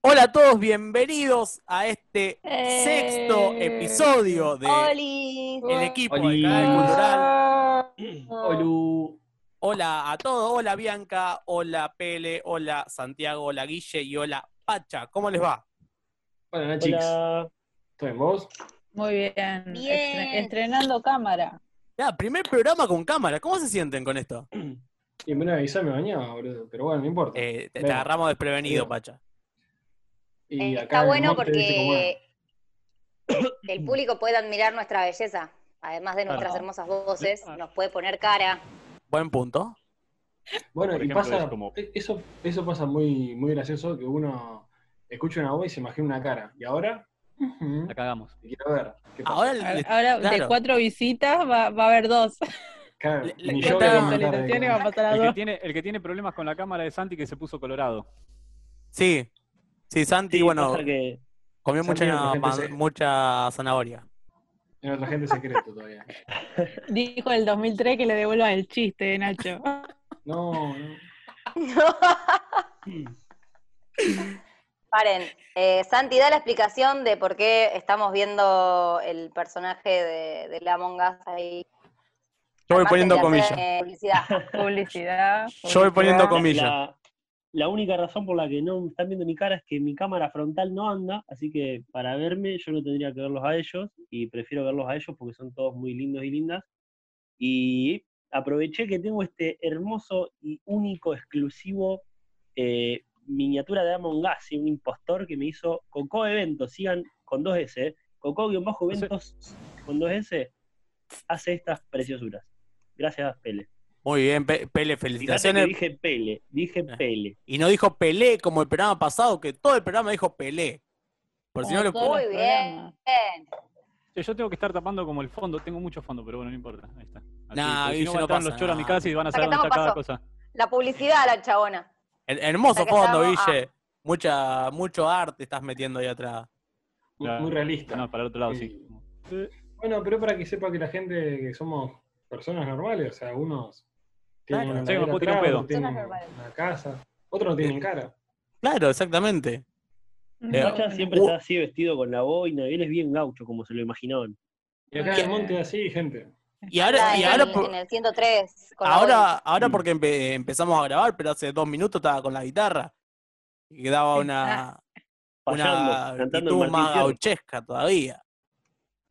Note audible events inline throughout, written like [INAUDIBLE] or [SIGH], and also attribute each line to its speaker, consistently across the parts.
Speaker 1: Hola a todos, bienvenidos a este
Speaker 2: Eh.
Speaker 1: sexto episodio de
Speaker 2: Oli.
Speaker 1: El equipo
Speaker 3: Oli.
Speaker 1: de Canal Cultural.
Speaker 3: Olu.
Speaker 1: Hola a todos, hola Bianca, hola Pele, hola Santiago, hola Guille y hola Pacha. ¿Cómo les va?
Speaker 3: Hola, Nachix.
Speaker 4: Hola.
Speaker 3: ¿Estoy en vos?
Speaker 5: Muy bien.
Speaker 2: Bien.
Speaker 5: Estre- estrenando cámara.
Speaker 1: Ya, primer programa con cámara. ¿Cómo se sienten con esto?
Speaker 3: Y me avisame mañana, boludo. Pero bueno, no importa.
Speaker 1: Eh, te, te
Speaker 3: Bueno.
Speaker 1: agarramos desprevenido,
Speaker 3: Bien.
Speaker 1: Pacha.
Speaker 3: y
Speaker 2: Eh,
Speaker 3: acá
Speaker 2: Está
Speaker 3: en
Speaker 2: bueno
Speaker 3: el norte, viste cómo es.
Speaker 2: porque el público puede admirar nuestra belleza. Además de nuestras
Speaker 5: Ah.
Speaker 2: hermosas voces, nos puede
Speaker 3: [LAUGHS]
Speaker 2: poner cara.
Speaker 1: Buen punto.
Speaker 3: Bueno,
Speaker 4: por
Speaker 3: y
Speaker 4: ejemplo,
Speaker 3: pasa.
Speaker 4: es como-
Speaker 3: e- Eso, eso pasa muy, muy gracioso que uno escucha una voz y se imagina una cara. Y ahora. Ujú,
Speaker 4: La cagamos.
Speaker 3: [LAUGHS] te quiero ver. ¿Qué pasa?
Speaker 1: Ahora,
Speaker 5: Ahora
Speaker 1: le-
Speaker 5: de
Speaker 1: claro.
Speaker 5: cuatro visitas va, va a haber dos.
Speaker 3: Claro,
Speaker 1: le-
Speaker 3: ni
Speaker 1: le-
Speaker 3: yo voy
Speaker 1: cuenta
Speaker 3: a
Speaker 1: las
Speaker 3: comentar de
Speaker 5: felicitaciones, va a
Speaker 3: cómo-
Speaker 5: pasar a
Speaker 4: El que,
Speaker 5: dos.
Speaker 4: tiene, el que tiene problemas con la cámara de Santi que se puso colorado.
Speaker 1: sí, sí, Santi,
Speaker 4: Sí,
Speaker 1: bueno,
Speaker 4: pasa
Speaker 1: que... comió mucha,
Speaker 3: Santi de repente
Speaker 1: ma-
Speaker 3: se-
Speaker 1: mucha zanahoria.
Speaker 4: [LAUGHS]
Speaker 3: en otra gente secreto todavía.
Speaker 5: Dijo el 2003 que le devuelva el chiste,
Speaker 2: [LAUGHS]
Speaker 5: Nacho.
Speaker 3: No, no.
Speaker 2: Paren. Eh, Santi, da la explicación de por qué estamos viendo el personaje de, de la Among Us ahí.
Speaker 1: Yo voy
Speaker 2: Aparte
Speaker 1: poniendo
Speaker 2: de hacer,
Speaker 1: comillas.
Speaker 2: eh, publicidad.
Speaker 5: Publicidad.
Speaker 1: Yo voy poniendo
Speaker 5: publicidad.
Speaker 1: comillas.
Speaker 6: Ah, La, la única razón por la que no están viendo mi cara es que mi cámara frontal no anda, así que para verme yo no tendría que verlos a ellos y prefiero verlos a ellos porque son todos muy lindos y lindas. Y aproveché que tengo este hermoso y único exclusivo eh, miniatura de Among Us, y un impostor que me hizo Coco Eventos, sigan con 2S, eh, Coco-Eventos con 2S hace estas preciosuras. Gracias, Pele.
Speaker 1: Muy bien, Pe- Pele,
Speaker 6: Fíjate que
Speaker 1: felicitaciones.
Speaker 6: dije Pele, dije
Speaker 1: Ah.
Speaker 6: Pele.
Speaker 1: Y no dijo Pelé como el programa pasado, que todo el programa dijo Pelé. Por si no le
Speaker 5: Como todos
Speaker 2: Muy
Speaker 5: los
Speaker 2: bien.
Speaker 5: programas.
Speaker 2: Bien.
Speaker 4: Che, Yo tengo que estar tapando como el fondo. Tengo mucho fondo, pero bueno, no importa. Ahí está. Así,
Speaker 1: Nah,
Speaker 4: porque si
Speaker 1: Guille,
Speaker 4: no
Speaker 1: no
Speaker 4: van a entrar
Speaker 1: pasa
Speaker 4: los choros a mi
Speaker 1: nada.
Speaker 4: casa y van a
Speaker 2: Hasta que
Speaker 4: saber dónde está cada
Speaker 2: estamos
Speaker 4: cosa.
Speaker 2: La publicidad, la chabona.
Speaker 1: Her- hermoso
Speaker 2: Hasta que
Speaker 1: fondo,
Speaker 2: estamos-
Speaker 1: Guille. Mucha, mucho arte estás metiendo ahí atrás.
Speaker 3: Muy,
Speaker 4: Claro.
Speaker 3: muy realista.
Speaker 4: No, para el otro lado, sí.
Speaker 3: Sí. Bueno, pero para que sepa que la gente que somos personas normales, o sea, algunos tienen
Speaker 1: Claro,
Speaker 3: una,
Speaker 4: sí, como
Speaker 3: heladera
Speaker 4: puto y un
Speaker 3: atrás,
Speaker 4: pedo. Eh,
Speaker 3: otros tienen
Speaker 2: Personas normales.
Speaker 3: una casa, otros no tienen cara.
Speaker 1: Claro, exactamente. Eh,
Speaker 6: Pacha siempre
Speaker 1: Uh.
Speaker 6: está así vestido con la boina, él es bien gaucho, como se lo imaginaban.
Speaker 3: Y acá en el
Speaker 5: Bien.
Speaker 3: monte así, gente.
Speaker 1: Y ahora,
Speaker 2: Está
Speaker 1: y
Speaker 2: en,
Speaker 1: ahora,
Speaker 2: el-
Speaker 1: por-
Speaker 2: en el 103. con la
Speaker 1: ahora,
Speaker 2: voz.
Speaker 1: ahora porque empe- empezamos a grabar, pero hace dos minutos estaba con la guitarra. Y quedaba una,
Speaker 6: Fallando,
Speaker 1: una
Speaker 6: cantando
Speaker 1: actitud
Speaker 6: en
Speaker 1: más
Speaker 6: Martín
Speaker 1: gauchesca todavía.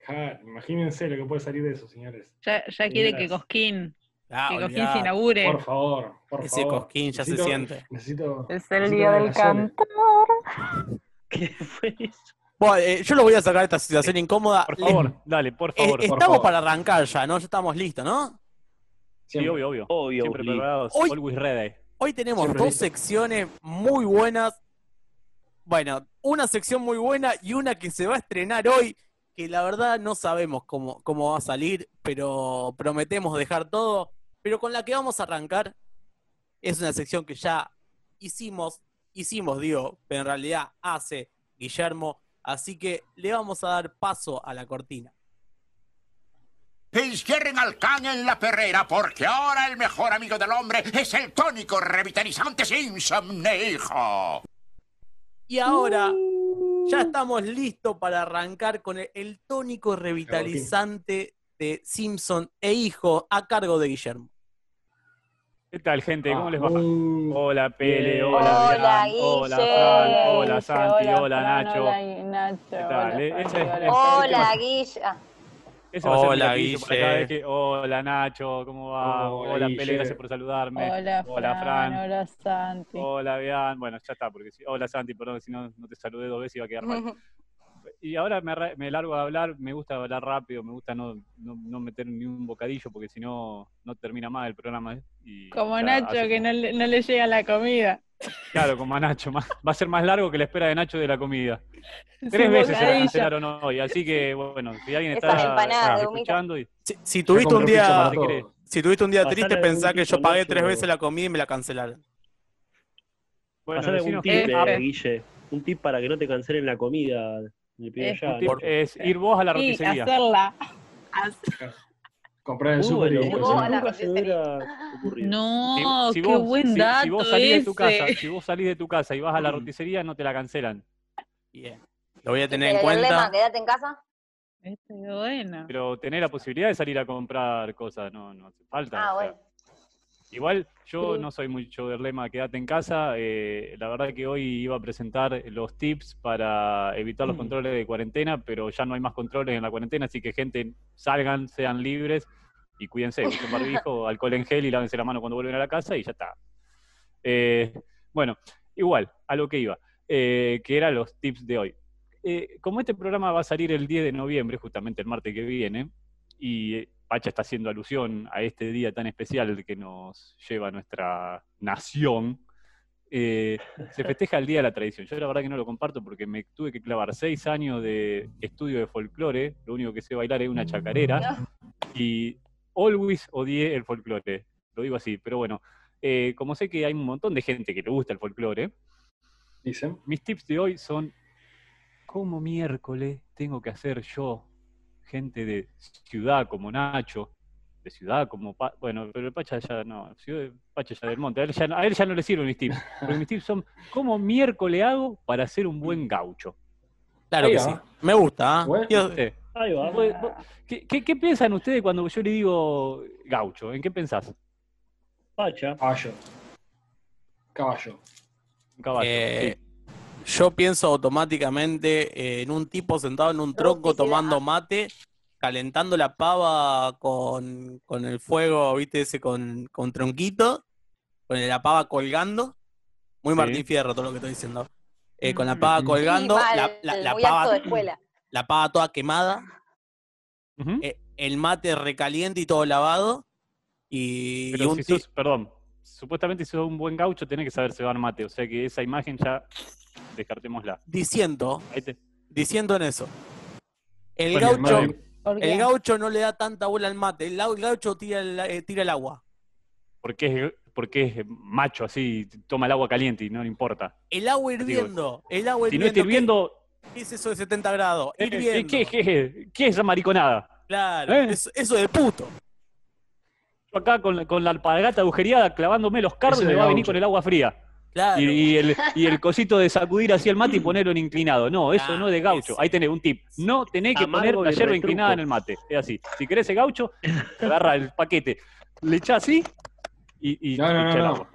Speaker 3: Ja, imagínense lo que puede salir de eso, señores.
Speaker 5: Ya, ya quiere que Cosquín,
Speaker 1: Ah,
Speaker 5: que Cosquín
Speaker 1: olvidá.
Speaker 5: se inaugure.
Speaker 3: Por favor, por
Speaker 1: Ese
Speaker 3: favor.
Speaker 1: cosquín ya se
Speaker 3: Necesito-
Speaker 1: siente.
Speaker 3: Necesito.
Speaker 5: Es
Speaker 3: necesito ver la Sole.
Speaker 6: [LAUGHS] ¿Qué fue eso?
Speaker 1: Bueno, eh, yo lo voy a sacar de esta situación incómoda.
Speaker 4: Por
Speaker 1: Le-
Speaker 4: favor, dale, por
Speaker 1: Eh,
Speaker 4: favor.
Speaker 1: estamos
Speaker 3: favor.
Speaker 1: para arrancar ya, ¿no? Ya estamos listos, ¿no?
Speaker 4: Sí,
Speaker 3: Siempre.
Speaker 4: obvio, obvio.
Speaker 6: Obvio,
Speaker 4: Siempre
Speaker 6: Uli.
Speaker 4: preparados.
Speaker 1: Hoy-
Speaker 4: Always ready.
Speaker 1: Hoy tenemos
Speaker 3: Siempre
Speaker 1: dos
Speaker 3: listo.
Speaker 1: secciones muy buenas. Bueno, una sección muy buena y una que se va a estrenar hoy, que la verdad no sabemos cómo, cómo va a salir, pero prometemos dejar todo. Pero con la que vamos a arrancar es una sección que ya hicimos, hicimos, digo, pero en realidad hace Guillermo. Así que le vamos a dar paso a la cortina.
Speaker 7: Encierren al can en la perrera porque ahora el mejor amigo del hombre es el tónico revitalizante Simpson, hijo.
Speaker 1: Y ahora
Speaker 3: Uh.
Speaker 1: ya estamos listos para arrancar con el, el tónico revitalizante de Simpson e Hijo a cargo de Guillermo.
Speaker 4: ¿Qué tal, gente? ¿Cómo les va?
Speaker 3: Uh,
Speaker 4: Hola, Pele.
Speaker 3: Bien.
Speaker 4: Hola,
Speaker 2: Hola,
Speaker 4: Bian, Hola,
Speaker 2: Guille.
Speaker 4: Fran.
Speaker 5: Guille,
Speaker 4: Hola, Santi. Hola,
Speaker 5: Fran,
Speaker 4: Nacho.
Speaker 5: Hola, y- Nacho.
Speaker 4: tal?
Speaker 5: hola,
Speaker 4: Eh,
Speaker 5: Fran,
Speaker 4: ese-
Speaker 5: hola,
Speaker 2: Hola,
Speaker 5: Santi.
Speaker 2: Guille. Ah,
Speaker 4: Ese va a ser mi
Speaker 1: Hola,
Speaker 4: rapidito por
Speaker 1: Guille.
Speaker 4: acá, es que- hola Nacho, ¿cómo va?
Speaker 3: Hola,
Speaker 4: Hola,
Speaker 3: Guille.
Speaker 4: Pele, gracias por saludarme. Hola,
Speaker 5: Hola,
Speaker 4: Hola,
Speaker 5: Fran.
Speaker 4: Fran.
Speaker 5: Hola, Santi.
Speaker 4: Bian. Bueno, ya está, porque si- hola Santi, perdón, si no, no te saludé dos veces iba a quedar mal. Y ahora me, arra- me largo a hablar, me gusta hablar rápido, me gusta no, no, no meter ni un bocadillo porque si no, no termina más el programa. ¿eh? Y
Speaker 5: Como
Speaker 4: ya
Speaker 5: Nacho,
Speaker 4: hace-
Speaker 5: que no le, no le llega la comida.
Speaker 4: Claro, como a Nacho, más- va a ser más largo que la espera de Nacho de la comida. Tres
Speaker 5: Sin
Speaker 4: veces se la
Speaker 5: bocadillo.
Speaker 4: cancelaron hoy, así que bueno, si alguien
Speaker 2: Esa
Speaker 4: está
Speaker 2: empanada de humita.
Speaker 4: escuchando, y,
Speaker 1: Si, si
Speaker 3: ya
Speaker 1: tuviste un
Speaker 3: compré pizza
Speaker 1: día,
Speaker 3: para
Speaker 4: si querés.
Speaker 3: todos.
Speaker 1: si tuviste un día
Speaker 6: Pasale
Speaker 1: triste,
Speaker 6: algún
Speaker 1: pensá que
Speaker 6: tipo,
Speaker 1: yo pagué
Speaker 6: Nacho.
Speaker 1: tres veces la comida y me la cancelaron.
Speaker 4: bueno,
Speaker 6: Pasale algún
Speaker 4: decinos
Speaker 6: tip,
Speaker 4: qué
Speaker 5: que-
Speaker 6: eh,
Speaker 5: Ah,
Speaker 6: Guille. Un tip para que no te cancelen la comida. Le pido
Speaker 5: Eh,
Speaker 6: ya.
Speaker 4: tip
Speaker 1: Por-
Speaker 4: es ir vos a la
Speaker 5: Sí,
Speaker 4: roticería.
Speaker 5: hacerla. Hac-
Speaker 3: Comprar
Speaker 4: Uh,
Speaker 3: en el
Speaker 6: Muy
Speaker 3: súper y
Speaker 6: Uh, bueno.
Speaker 3: después.
Speaker 2: Vos,
Speaker 3: sí.
Speaker 2: la
Speaker 6: nunca se me hubiera ocurrido.
Speaker 5: No,
Speaker 4: si
Speaker 5: qué
Speaker 4: vos-
Speaker 5: buen
Speaker 4: si- si
Speaker 5: dato
Speaker 4: vos salís de
Speaker 5: ese.
Speaker 4: tu casa, si vos salís de tu casa y vas a la
Speaker 1: Mm.
Speaker 4: roticería, no te la cancelan.
Speaker 1: Bien. Lo voy a tener
Speaker 2: Pero
Speaker 1: en
Speaker 2: [LAUGHS] el lema,
Speaker 1: cuenta.
Speaker 2: quédate en casa. Ah,
Speaker 5: Este, bueno.
Speaker 4: Pero tener la posibilidad de salir a comprar cosas no, no hace falta.
Speaker 2: Ah,
Speaker 4: o sea.
Speaker 2: bueno.
Speaker 4: Igual yo
Speaker 5: Sí.
Speaker 4: no soy mucho del lema quédate en casa. eh, la verdad que hoy iba a presentar los tips para evitar los
Speaker 1: Mm.
Speaker 4: controles de cuarentena, pero ya no hay más controles en la cuarentena, así que gente, salgan, sean libres y cuídense. Usen barbijo, alcohol en gel y lávense la mano cuando vuelven a la casa y ya está. Eh, bueno, igual, a lo que iba, eh, que eran los tips de hoy. Eh, como este programa va a salir el 10 de noviembre, justamente el martes que viene, y eh, Pacha está haciendo alusión a este día tan especial que nos lleva a nuestra nación, eh, se festeja el Día de la Tradición. Yo la verdad que no lo comparto porque me tuve que clavar seis años de estudio de folclore, lo único que sé bailar es una chacarera, y always odié el folclore, lo digo así, pero bueno, eh, como sé que hay un montón de gente que le gusta el folclore,
Speaker 3: Dicen.
Speaker 4: mis tips de hoy son cómo miércoles tengo que hacer yo, gente de ciudad como Nacho, de ciudad como Pa- bueno, pero el Pacha ya no, ciudad- Pacha ya del Monte, a él ya, no- a él ya no le sirven mis tips, porque mis tips son cómo miércoles hago para ser un buen gaucho.
Speaker 1: Claro
Speaker 3: Ahí
Speaker 1: que
Speaker 3: va.
Speaker 1: sí. Me gusta. ¿ah?
Speaker 3: Bueno. eh,
Speaker 1: Yo-
Speaker 4: ¿Viste?
Speaker 6: Ahí va.
Speaker 4: Vos- vos- ¿Qué, qué- qué piensan ustedes cuando yo le digo gaucho? ¿En qué pensás?
Speaker 6: Pacha.
Speaker 3: Caballo. Caballo.
Speaker 4: Un caballo.
Speaker 1: eh,
Speaker 4: sí.
Speaker 1: Yo pienso automáticamente eh, en un tipo sentado en un tronco
Speaker 2: Rusticidad.
Speaker 1: tomando mate, calentando la pava con, con el fuego, viste, ese con, con tronquito, con la pava colgando. Muy
Speaker 4: Sí.
Speaker 1: Martín Fierro todo lo que estoy diciendo. Eh, con la
Speaker 5: Mm.
Speaker 1: pava
Speaker 3: Sí,
Speaker 1: colgando,
Speaker 2: Sí, mal,
Speaker 1: la, la- la
Speaker 2: muy acto
Speaker 1: pava,
Speaker 2: de escuela.
Speaker 1: la pava toda quemada,
Speaker 4: Ujú.
Speaker 1: eh, el mate recaliente y todo lavado. Y, y
Speaker 4: Pero
Speaker 1: un
Speaker 4: si
Speaker 1: ti-
Speaker 4: sos, perdón, supuestamente si sos un buen gaucho tenés que saber cebar mate, o sea que esa imagen ya descartémosla.
Speaker 1: diciendo,
Speaker 4: Ahí te-
Speaker 1: diciendo en eso. El
Speaker 4: Bueno,
Speaker 3: Mi
Speaker 1: gaucho,
Speaker 3: hermano-
Speaker 5: Porque
Speaker 1: El gaucho no le da tanta bola al mate. El, lau- el gaucho tira el, eh, tira el agua.
Speaker 4: porque, es, porque es macho así, toma el agua caliente y no le importa.
Speaker 1: El agua
Speaker 4: Digo,
Speaker 1: hirviendo. El agua
Speaker 4: Si
Speaker 1: hirviendo.
Speaker 4: no está hirviendo,
Speaker 1: ¿Qué, qué es eso de 70 grados?
Speaker 4: eh, eh,
Speaker 1: Hirviendo.
Speaker 4: ¿qué, qué- qué es esa mariconada?
Speaker 1: Claro.
Speaker 4: ¿Eh?
Speaker 1: Eso, eso de puto.
Speaker 4: Yo acá con, la- con la alpargata agujereada clavándome los carros
Speaker 3: Ese
Speaker 4: y me
Speaker 3: de
Speaker 4: va a venir
Speaker 3: gaucho.
Speaker 4: con el agua fría.
Speaker 1: Claro.
Speaker 4: Y, y el, y el cosito de sacudir así el mate y ponerlo en inclinado. No, eso
Speaker 1: Ah,
Speaker 4: no es de gaucho.
Speaker 1: ese.
Speaker 4: Ahí tenés un tip. No tenés que
Speaker 6: Amargo
Speaker 4: poner la
Speaker 6: y
Speaker 4: yerba
Speaker 6: retruco.
Speaker 4: inclinada en el mate. Es así. Si querés ser gaucho, agarra el paquete, le echás así y, y
Speaker 3: No, no,
Speaker 4: echa
Speaker 3: no,
Speaker 4: el
Speaker 3: no.
Speaker 4: agua.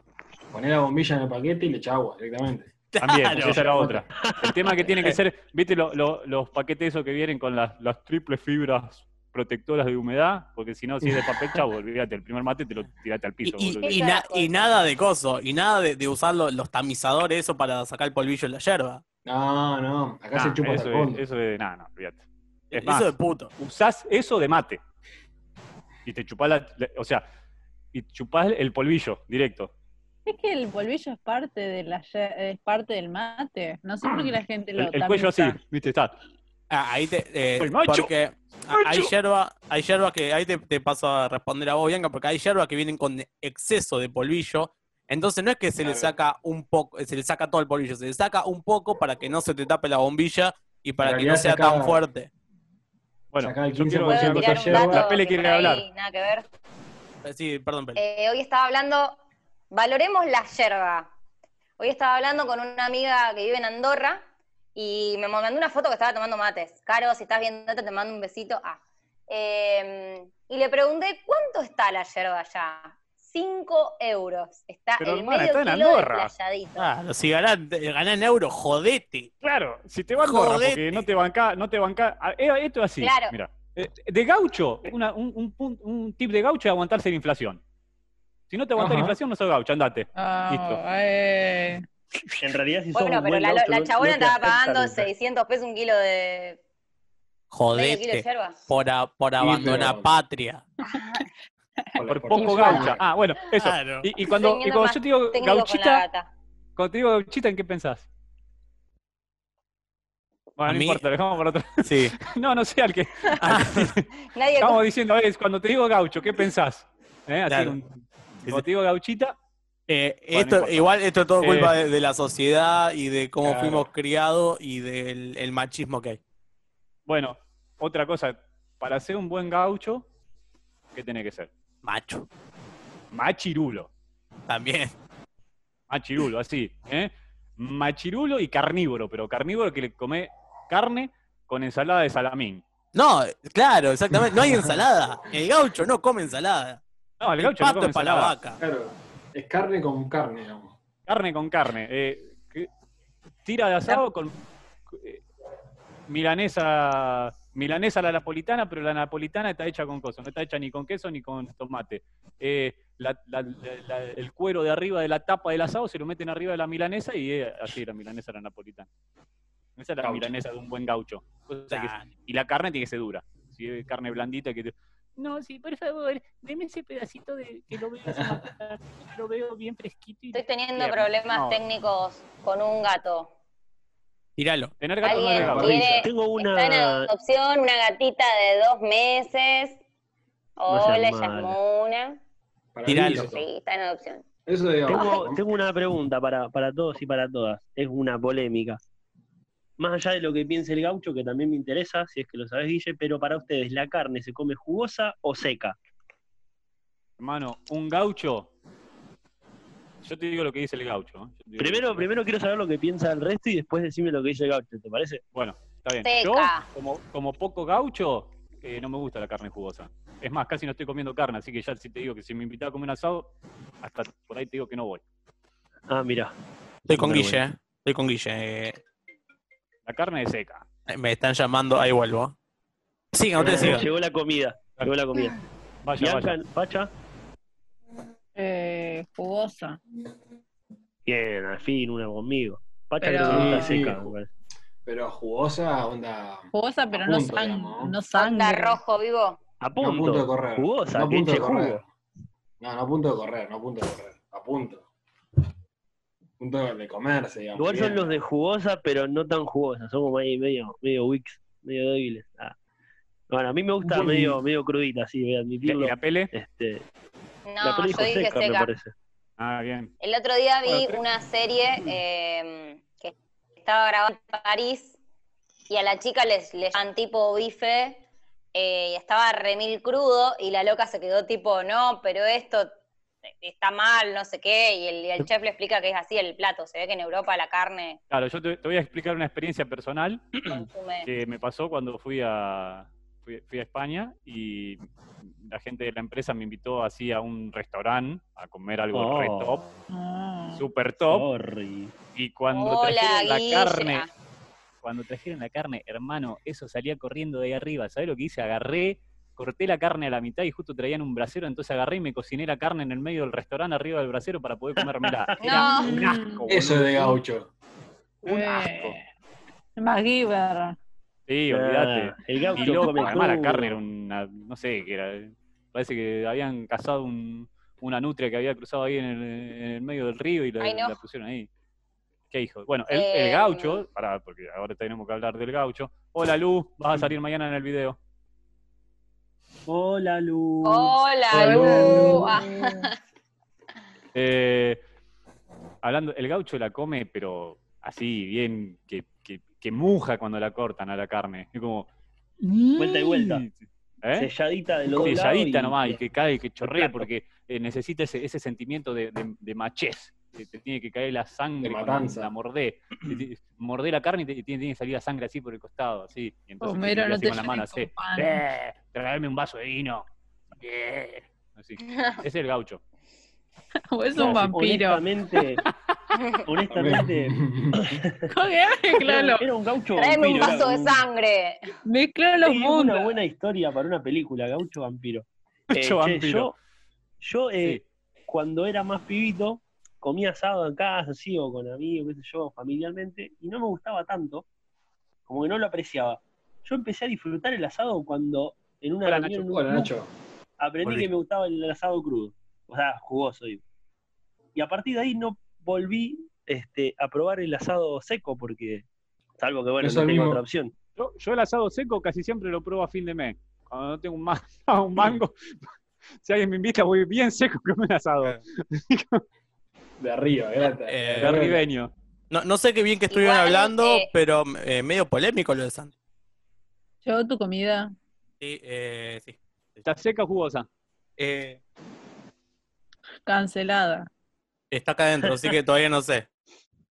Speaker 3: Poné la bombilla en el paquete y le echa agua directamente.
Speaker 4: También,
Speaker 1: Claro.
Speaker 4: porque esa era otra. El tema
Speaker 1: [LAUGHS]
Speaker 4: que tiene que ser, viste lo- lo- los paquetes esos que vienen con las, las triples fibras protectoras de humedad, porque si no, si es de papel,
Speaker 1: [LAUGHS]
Speaker 4: chavo, olvídate, el primer mate te lo tiraste al piso.
Speaker 1: Y-
Speaker 4: boludo.
Speaker 1: y- y na- y nada de coso. Y nada de, de usar lo- los tamizadores, eso para sacar el polvillo en la yerba.
Speaker 3: No, no. Acá
Speaker 4: Nah,
Speaker 3: se chupa hasta el
Speaker 4: Ah, eso, es,
Speaker 3: fondo.
Speaker 4: eso es, nada, no, olvídate. Es
Speaker 1: eso
Speaker 4: más,
Speaker 1: de puto.
Speaker 4: usás eso de mate. Y te chupás la, la- o sea, y chupás el polvillo directo.
Speaker 5: es que el polvillo es parte de la ye- es parte del mate. No sé por qué
Speaker 4: [CLEARS THROAT]
Speaker 5: la gente lo
Speaker 4: El, el cuello así,
Speaker 5: tamiza.
Speaker 4: viste, está.
Speaker 1: Ah, ahí te. eh,
Speaker 4: Soy macho.
Speaker 1: Porque a- hay yerba, hay yerba que. Ahí te, te paso a responder a vos, Bianca, porque hay yerba que vienen con exceso de polvillo. Entonces no es que se le
Speaker 3: Claro.
Speaker 1: saca un poco, se le saca todo el polvillo, se le saca un poco para que no se te tape la bombilla y para
Speaker 3: En
Speaker 1: que
Speaker 3: realidad
Speaker 1: no sea
Speaker 3: saca-
Speaker 1: tan fuerte.
Speaker 4: Bueno,
Speaker 3: Sacá el
Speaker 4: yo quiero
Speaker 3: 15%
Speaker 4: decir una
Speaker 2: Puedo
Speaker 3: de
Speaker 2: tirar
Speaker 4: cosa.
Speaker 2: un
Speaker 3: yerba.
Speaker 2: dato
Speaker 4: La Pele
Speaker 2: que
Speaker 4: quiere
Speaker 2: por ahí
Speaker 4: hablar.
Speaker 2: Nada que ver.
Speaker 1: Eh, Sí, perdón, Pele.
Speaker 2: Eh, hoy estaba hablando, valoremos la yerba. Hoy estaba hablando con una amiga que vive en Andorra y me mandó una foto que estaba tomando mates. Caro, si estás viendo esto, te mando un besito. Ah. Eh, y le pregunté, ¿cuánto está la yerba allá? 5 euros. Está
Speaker 4: Pero,
Speaker 2: el
Speaker 4: hermana,
Speaker 2: medio
Speaker 4: está en
Speaker 2: kilo
Speaker 4: Andorra.
Speaker 2: desplayadito.
Speaker 1: Claro, si ganás, ganás en euro, jodete.
Speaker 4: Claro, si te va a Andorra
Speaker 1: Jodete.
Speaker 4: porque no te banca, no te banca. a- eh, Esto es así.
Speaker 2: Claro.
Speaker 4: Mira, Eh, de gaucho, una- un, un pun- un tip de gaucho es aguantarse la inflación. Si no te aguantas la
Speaker 3: Ajá.
Speaker 4: inflación, no sos gaucho, andate.
Speaker 5: Ah,
Speaker 4: Listo.
Speaker 5: eh.
Speaker 6: En realidad, si sos
Speaker 2: Bueno,
Speaker 6: un
Speaker 2: pero
Speaker 6: buen
Speaker 2: la,
Speaker 6: gaucho,
Speaker 2: la
Speaker 6: no-
Speaker 2: chabona
Speaker 6: no te
Speaker 2: estaba
Speaker 6: afecta
Speaker 2: pagando
Speaker 6: nunca.
Speaker 2: 600 pesos un kilo de medio kilo de
Speaker 1: Jodete.
Speaker 2: yerba.
Speaker 1: Por, a- por abandonar
Speaker 3: pero-
Speaker 1: patria.
Speaker 4: Por
Speaker 3: Por
Speaker 4: poco
Speaker 2: inflación.
Speaker 4: gaucha. Ah, bueno, eso.
Speaker 1: Claro.
Speaker 4: Y, y cuando, y
Speaker 2: Teniendo
Speaker 4: cuando
Speaker 2: más
Speaker 4: yo te digo
Speaker 2: Técnico con la
Speaker 4: gauchita,
Speaker 2: gata.
Speaker 4: cuando te digo gauchita, ¿en qué pensás?
Speaker 1: ¿A
Speaker 4: Bueno, no
Speaker 1: mí?
Speaker 4: importa, lo dejamos para otro. [LAUGHS]
Speaker 1: Sí.
Speaker 4: No, no sé al que. al que-
Speaker 2: Nadie
Speaker 4: Estamos diciendo, es cuando te digo gaucho, ¿qué pensás? ¿Eh? Así
Speaker 1: Claro.
Speaker 4: un-
Speaker 1: Sí,
Speaker 4: cuando
Speaker 1: sí.
Speaker 4: te digo gauchita,
Speaker 1: Eh,
Speaker 4: Bueno,
Speaker 1: esto,
Speaker 4: no importa.
Speaker 1: igual esto es todo
Speaker 4: Eh,
Speaker 1: culpa de, de la sociedad y de cómo
Speaker 3: Claro.
Speaker 1: fuimos criados y del el machismo que hay.
Speaker 4: Bueno, otra cosa, para ser un buen gaucho, ¿qué tiene que ser?
Speaker 1: Macho,
Speaker 4: Machirulo.
Speaker 1: también.
Speaker 4: Machirulo, así. ¿eh? Machirulo y carnívoro, pero carnívoro que le come carne con ensalada de salamín.
Speaker 1: No, claro, exactamente. No hay ensalada. El gaucho no come ensalada.
Speaker 4: No, el
Speaker 1: El
Speaker 4: gaucho no
Speaker 1: pato
Speaker 4: come
Speaker 1: es para la
Speaker 4: ensalada.
Speaker 1: vaca.
Speaker 3: Claro, es carne con carne, digamos.
Speaker 4: Carne con carne. eh, que- tira de asado con eh, milanesa, milanesa a la napolitana, pero la napolitana está hecha con cosas, no está hecha ni con queso ni con tomate. Eh, la- la- la- la- el cuero de arriba de la tapa del asado se lo meten arriba de la milanesa y eh, así la milanesa a la napolitana. Esa es la
Speaker 3: Gaucho.
Speaker 4: milanesa de un buen gaucho. Cosa que- y la carne tiene que ser dura. Si es carne blandita que te- No, sí, por favor, deme ese pedacito de que lo veo, hace más tarde, que lo veo bien fresquito y
Speaker 2: Estoy teniendo
Speaker 4: Bien,
Speaker 2: problemas
Speaker 4: no.
Speaker 2: técnicos con un gato.
Speaker 1: Tíralo.
Speaker 4: Tener gato no
Speaker 2: ¿Alguien
Speaker 4: es gato.
Speaker 2: quiere-
Speaker 6: Tengo
Speaker 2: Está en
Speaker 6: una.
Speaker 2: adopción una gatita de dos meses.
Speaker 6: No seas
Speaker 2: Hola, ella
Speaker 6: mala.
Speaker 2: es Mona.
Speaker 3: Para
Speaker 1: Tiralo.
Speaker 3: mí es eso.
Speaker 2: Sí, está en adopción.
Speaker 3: Eso digamos.
Speaker 6: Tengo, tengo una pregunta para, para todos y para todas. Es una polémica. Más allá de lo que piense el gaucho, que también me interesa, si es que lo sabes, Guille, pero para ustedes, ¿la carne se come jugosa o seca?
Speaker 4: Hermano, un gaucho. Yo te digo lo que dice el gaucho. ¿eh? Yo te digo lo
Speaker 6: Primero,
Speaker 4: que-
Speaker 6: primero quiero saber lo que piensa el resto y después decime lo que dice el gaucho, ¿te parece?
Speaker 4: Bueno, está bien.
Speaker 2: Seca.
Speaker 4: Yo, como, como poco gaucho, eh, no me gusta la carne jugosa. Es más, casi no estoy comiendo carne, así que ya si te digo que si me invitaba a comer un asado, hasta por ahí te digo que no voy.
Speaker 6: Ah, mira.
Speaker 1: Estoy con
Speaker 6: Pero
Speaker 1: Guille, eh. Estoy con Guille. eh.
Speaker 4: La carne es seca.
Speaker 1: Me están llamando, ahí vuelvo. Sigan, ustedes
Speaker 6: Llegó,
Speaker 1: sigan.
Speaker 6: la comida. Llegó la comida.
Speaker 4: Vaya,
Speaker 6: Bianca,
Speaker 4: vaya.
Speaker 6: Pacha.
Speaker 5: Eh, jugosa.
Speaker 6: Bien, al fin, una conmigo. Pacha
Speaker 5: Pero-
Speaker 6: creo que está
Speaker 3: Sí, sí.
Speaker 6: seca. me parece.
Speaker 3: Pero jugosa, onda.
Speaker 5: Jugosa, pero no,
Speaker 3: punto,
Speaker 5: sang-
Speaker 3: digamos, ¿no?
Speaker 5: no
Speaker 2: Onda
Speaker 5: sangra.
Speaker 2: rojo vivo.
Speaker 6: A
Speaker 3: No a punto de
Speaker 6: punto.
Speaker 3: correr.
Speaker 6: Jugosa,
Speaker 3: no a
Speaker 6: que
Speaker 3: punto de
Speaker 6: eche
Speaker 3: correr.
Speaker 6: jugo.
Speaker 3: No, no a punto de correr, no a punto de correr. A punto. A punto de comerse, digamos.
Speaker 6: Igual son
Speaker 3: bien.
Speaker 6: los de jugosa, pero no tan jugosa. Son como ahí medio, medio wicks, medio débiles. Ah. Bueno, a mí me gusta
Speaker 3: Muy-
Speaker 6: medio, medio crudita, sí, voy a
Speaker 4: ¿Y la,
Speaker 6: admitirlo.
Speaker 4: y la pele?
Speaker 6: Este, la
Speaker 2: No,
Speaker 6: peli
Speaker 2: yo
Speaker 6: dijo
Speaker 2: dije
Speaker 6: seca, me
Speaker 2: seca.
Speaker 6: parece.
Speaker 4: Ah, bien.
Speaker 2: El otro día vi
Speaker 4: Bueno, creo-
Speaker 2: una serie eh, que estaba grabada en París y a la chica les, le llaman tipo bife eh, y estaba remil crudo y la loca se quedó tipo, no, pero esto está mal, no sé qué, y el, y el chef le explica que es así el plato, se ve que en Europa la carne
Speaker 4: Claro, yo te- te voy a explicar una experiencia personal
Speaker 2: consume...
Speaker 4: que me pasó cuando fui a, fui, fui a España y la gente de la empresa me invitó así a un restaurante a comer algo
Speaker 6: Oh.
Speaker 4: re top,
Speaker 5: Ah.
Speaker 4: super top.
Speaker 6: Sorry.
Speaker 4: Y cuando
Speaker 2: Hola,
Speaker 4: trajeron la
Speaker 2: Guille.
Speaker 4: carne, cuando trajeron la carne, hermano, eso salía corriendo de ahí arriba. ¿Sabes lo que hice? Agarré, corté la carne a la mitad y justo traían un brasero, entonces agarré y me cociné la carne en el medio del restaurante arriba del brasero para poder comérmela.
Speaker 2: [LAUGHS]
Speaker 4: Era
Speaker 2: No.
Speaker 4: un asco,
Speaker 3: Eso es
Speaker 4: boludo.
Speaker 3: de gaucho.
Speaker 4: Un asco.
Speaker 5: Eh, MacGyver.
Speaker 4: Sí,
Speaker 6: Ah,
Speaker 4: olvídate.
Speaker 6: el [LAUGHS]
Speaker 4: Y
Speaker 6: gaucho
Speaker 4: loco,
Speaker 6: come
Speaker 4: además la
Speaker 6: crudo.
Speaker 4: carne era una, no sé, que era, parece que habían cazado un- una nutria que había cruzado ahí en el, en el medio del río y la,
Speaker 2: Ay, no.
Speaker 4: la pusieron ahí. ¿Qué hijo? Bueno, el, el
Speaker 2: Eh,
Speaker 4: gaucho, pará, porque ahora tenemos que hablar del gaucho. Hola Luz, vas a salir mañana en el video.
Speaker 6: Hola, Lu.
Speaker 2: Hola, Lu.
Speaker 4: [LAUGHS]
Speaker 3: Hola.
Speaker 2: Ah,
Speaker 4: Eh, hablando, el gaucho la come, pero así, bien, que, que, que muja cuando la cortan a la carne. Es como...
Speaker 6: Vuelta y vuelta.
Speaker 4: ¿Eh?
Speaker 6: Selladita de los dos lados
Speaker 4: selladita
Speaker 6: y-
Speaker 4: nomás, y que cae, que chorrea,
Speaker 6: Exacto.
Speaker 4: porque eh, necesita ese, ese sentimiento de, de, de machez. que te tiene que caer la sangre,
Speaker 3: De
Speaker 4: cuando
Speaker 3: matanza.
Speaker 4: la [CLEARS THROAT] mordé. Te- te- Mordé la carne y te, tiene, tiene que salir la sangre así por el costado, así. Y entonces
Speaker 5: Homero,
Speaker 4: y
Speaker 5: no
Speaker 4: así
Speaker 5: te
Speaker 4: con la
Speaker 5: llenes
Speaker 4: mano,
Speaker 5: con
Speaker 4: así.
Speaker 5: pan.
Speaker 4: "Eh, tráeme un vaso de vino. Eh", Así. Ese es el gaucho.
Speaker 5: [LAUGHS] O es un vampiro.
Speaker 6: Honestamente,
Speaker 4: [LAUGHS]
Speaker 6: honestamente
Speaker 5: [LAUGHS] Claro,
Speaker 6: era un gaucho
Speaker 2: Tráeme un
Speaker 6: vampiro,
Speaker 2: vaso
Speaker 6: era
Speaker 2: de
Speaker 6: un-
Speaker 2: sangre.
Speaker 5: mezcla
Speaker 6: Es
Speaker 5: los mundos.
Speaker 6: una buena historia para una película, Gaucho Vampiro. Eh,
Speaker 4: Gaucho Vampiro.
Speaker 6: Yo, yo, eh, cuando era más pibito, comía asado en casa, así, o con amigos, qué sé yo, familiarmente, y no me gustaba tanto, como que no lo apreciaba. Yo empecé a disfrutar el asado cuando en una
Speaker 4: Hola,
Speaker 6: reunión en
Speaker 3: [LAUGHS]
Speaker 6: un
Speaker 3: Bueno,
Speaker 6: club,
Speaker 3: Nacho.
Speaker 6: aprendí
Speaker 4: Volví.
Speaker 6: que me gustaba el asado crudo, o sea, jugoso, digo. Y a partir de ahí no volví este, a probar el asado seco, porque, salvo que, bueno,
Speaker 3: Eso
Speaker 6: no tengo
Speaker 3: mismo.
Speaker 6: otra opción.
Speaker 4: Yo, yo el asado seco casi siempre lo pruebo a fin de mes. Cuando no tengo un, ma- [LAUGHS] un mango, si alguien me invita, voy bien seco a comer asado.
Speaker 3: De arriba, era
Speaker 4: El
Speaker 1: Eh,
Speaker 4: Arribeño.
Speaker 1: No, no sé qué bien que estuvieron
Speaker 2: Igual,
Speaker 1: hablando,
Speaker 2: eh,
Speaker 1: pero eh, medio polémico lo de Santi.
Speaker 5: Yo tu comida.
Speaker 1: Sí, eh, sí.
Speaker 4: ¿Está seca o jugosa?
Speaker 1: Eh,
Speaker 5: Cancelada.
Speaker 1: está acá adentro, así que todavía no sé.
Speaker 5: [LAUGHS]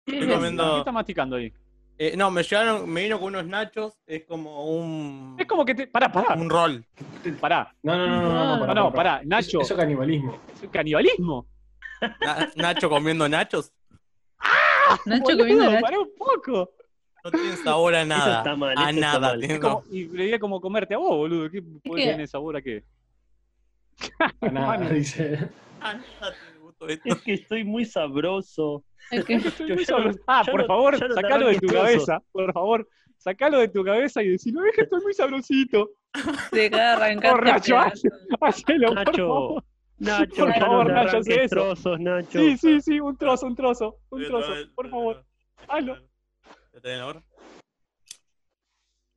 Speaker 5: ¿Qué
Speaker 1: Estoy
Speaker 5: es?
Speaker 1: comiendo-
Speaker 4: ¿Qué está masticando ahí?
Speaker 1: Eh, no, me llevaron, me vino con unos nachos, es como un,
Speaker 4: Es como que te. Pará, pará,
Speaker 1: un rol.
Speaker 4: pará.
Speaker 3: No, no, no, no,
Speaker 5: Ah.
Speaker 3: no, no, pará,
Speaker 4: No, no,
Speaker 3: pará, pará.
Speaker 4: pará. Nacho,
Speaker 3: Eso, eso es canibalismo.
Speaker 4: ¿es canibalismo.
Speaker 1: Na- nacho comiendo nachos.
Speaker 5: Nacho comiendo
Speaker 4: Boludo,
Speaker 5: nacho.
Speaker 4: Pará un poco.
Speaker 1: No tienen sabor a nada.
Speaker 6: está mal,
Speaker 1: a
Speaker 6: eso está
Speaker 1: nada.
Speaker 6: mal.
Speaker 1: tienen
Speaker 4: Es como, y le diría como comerte a vos, boludo. ¿Qué puede
Speaker 5: que-
Speaker 4: tener sabor a qué?
Speaker 3: A nada,
Speaker 4: Manu.
Speaker 3: dice.
Speaker 1: sabor- a nada Ah, tiene gusto esto.
Speaker 6: Es que estoy muy sabroso.
Speaker 5: [LAUGHS] Es que-
Speaker 4: Estoy
Speaker 6: Yo
Speaker 4: muy
Speaker 6: ya no-
Speaker 4: sabroso. ah,
Speaker 6: ya
Speaker 4: por
Speaker 6: no-
Speaker 4: favor,
Speaker 6: ya no te
Speaker 4: sacalo de tu
Speaker 6: arranques eso.
Speaker 4: cabeza. Por favor, sacalo de tu cabeza y decilo, es que estoy muy
Speaker 6: [LAUGHS]
Speaker 4: sabrosito.
Speaker 5: Se queda arrancando.
Speaker 4: Borracho, Hacelo, [LAUGHS] por
Speaker 6: Nacho,
Speaker 4: favor.
Speaker 6: Nacho,
Speaker 4: Por
Speaker 6: ya no
Speaker 4: favor,
Speaker 6: te
Speaker 4: Nacho,
Speaker 6: arranques
Speaker 4: haz eso.
Speaker 6: trozos, Nacho.
Speaker 4: Sí, sí, sí, un trozo, un trozo,
Speaker 6: Eh,
Speaker 4: un trozo, por favor. Ah, Hazlo.
Speaker 1: ¿Ya te ven ahora?